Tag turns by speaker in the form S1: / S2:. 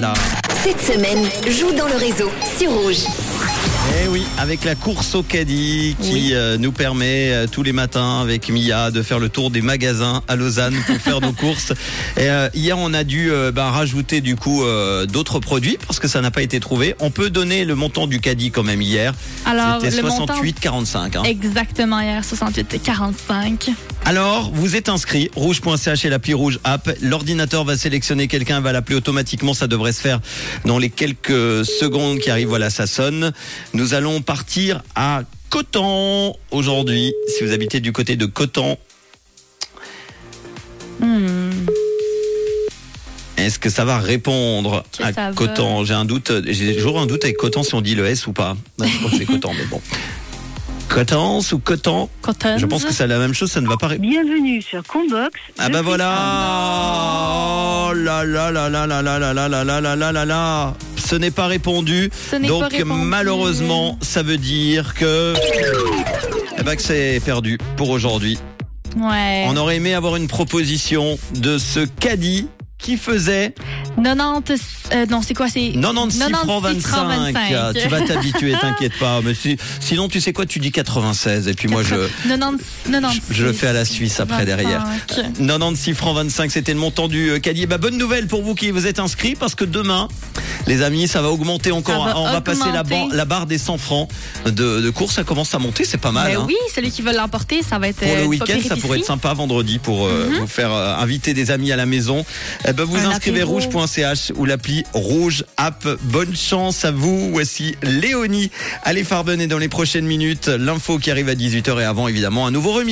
S1: Là.
S2: Cette semaine, joue dans le réseau sur Rouge.
S1: Eh oui, avec la course au caddie qui euh, nous permet euh, tous les matins avec Mia de faire le tour des magasins à Lausanne pour faire nos courses. Et, euh, hier, on a dû euh, bah, rajouter du coup euh, d'autres produits parce que ça n'a pas été trouvé. On peut donner le montant du caddie quand même hier.
S3: Alors,
S1: C'était
S3: le montant
S1: 68,45. hein.
S3: exactement hier, 68 45.
S1: Alors, vous êtes inscrit, rouge.ch et l'appli rouge app. L'ordinateur va sélectionner quelqu'un, va l'appeler automatiquement. Ça devrait se faire dans les quelques secondes qui arrivent. Voilà, ça sonne. Nous allons partir à Coton aujourd'hui. Si vous habitez du côté de Coton,
S3: Hmm.
S1: est-ce que ça va répondre
S3: Que ça
S1: à
S3: va.
S1: Coton J'ai un doute. J'ai toujours un doute avec Coton si on dit le S ou pas. Non, Je crois que c'est Coton, mais bon. Coton ou Coton
S3: Cottons.
S1: Je pense que c'est la même chose. Ça ne va pas. ré-
S4: Bienvenue sur Combox.
S1: Ah bah voilà Oh là là là là là là là là là là là là là là Ce n'est pas répondu.
S3: Ce n'est pas
S1: Donc
S3: répondu.
S1: malheureusement, ça veut dire que... Eh ben que c'est perdu pour aujourd'hui.
S3: Ouais.
S1: On aurait aimé avoir une proposition de ce caddie qui faisait
S3: 90. euh, non, c'est quoi C'est
S1: 96,
S3: 96
S1: francs 25. Ah, Tu vas t'habituer, t'inquiète pas. Mais si- sinon, tu sais quoi, tu dis 96 et puis moi je...
S3: 90, 90.
S1: Je le fais à la Suisse après, derrière.
S3: 25.
S1: 96 francs 25, c'était le montant du euh, caddie. Bah, bonne nouvelle pour vous qui vous êtes inscrits parce que demain, les amis, ça va augmenter encore. hein.
S3: Ça va
S1: On va passer la,
S3: augmenter.
S1: ban- la barre des 100 francs de, de course. Ça commence à monter, c'est pas mal.
S3: Mais
S1: hein.
S3: Ben oui, celui qui veut l'emporter, ça va être.
S1: Pour
S3: euh,
S1: le
S3: une
S1: week-end,
S3: papier
S1: ça pourrait être
S3: épicerie.
S1: sympa vendredi pour euh, vous faire euh, inviter des amis à la maison. Eh ben, vous
S3: Mhm. Un
S1: inscrivez
S3: apéro.
S1: rouge.ch ou l'appli Rouge App. Bonne chance à vous. Voici Léonie. Allez, Farben et dans les prochaines minutes, l'info qui arrive à 18h et avant, évidemment, un nouveau remix.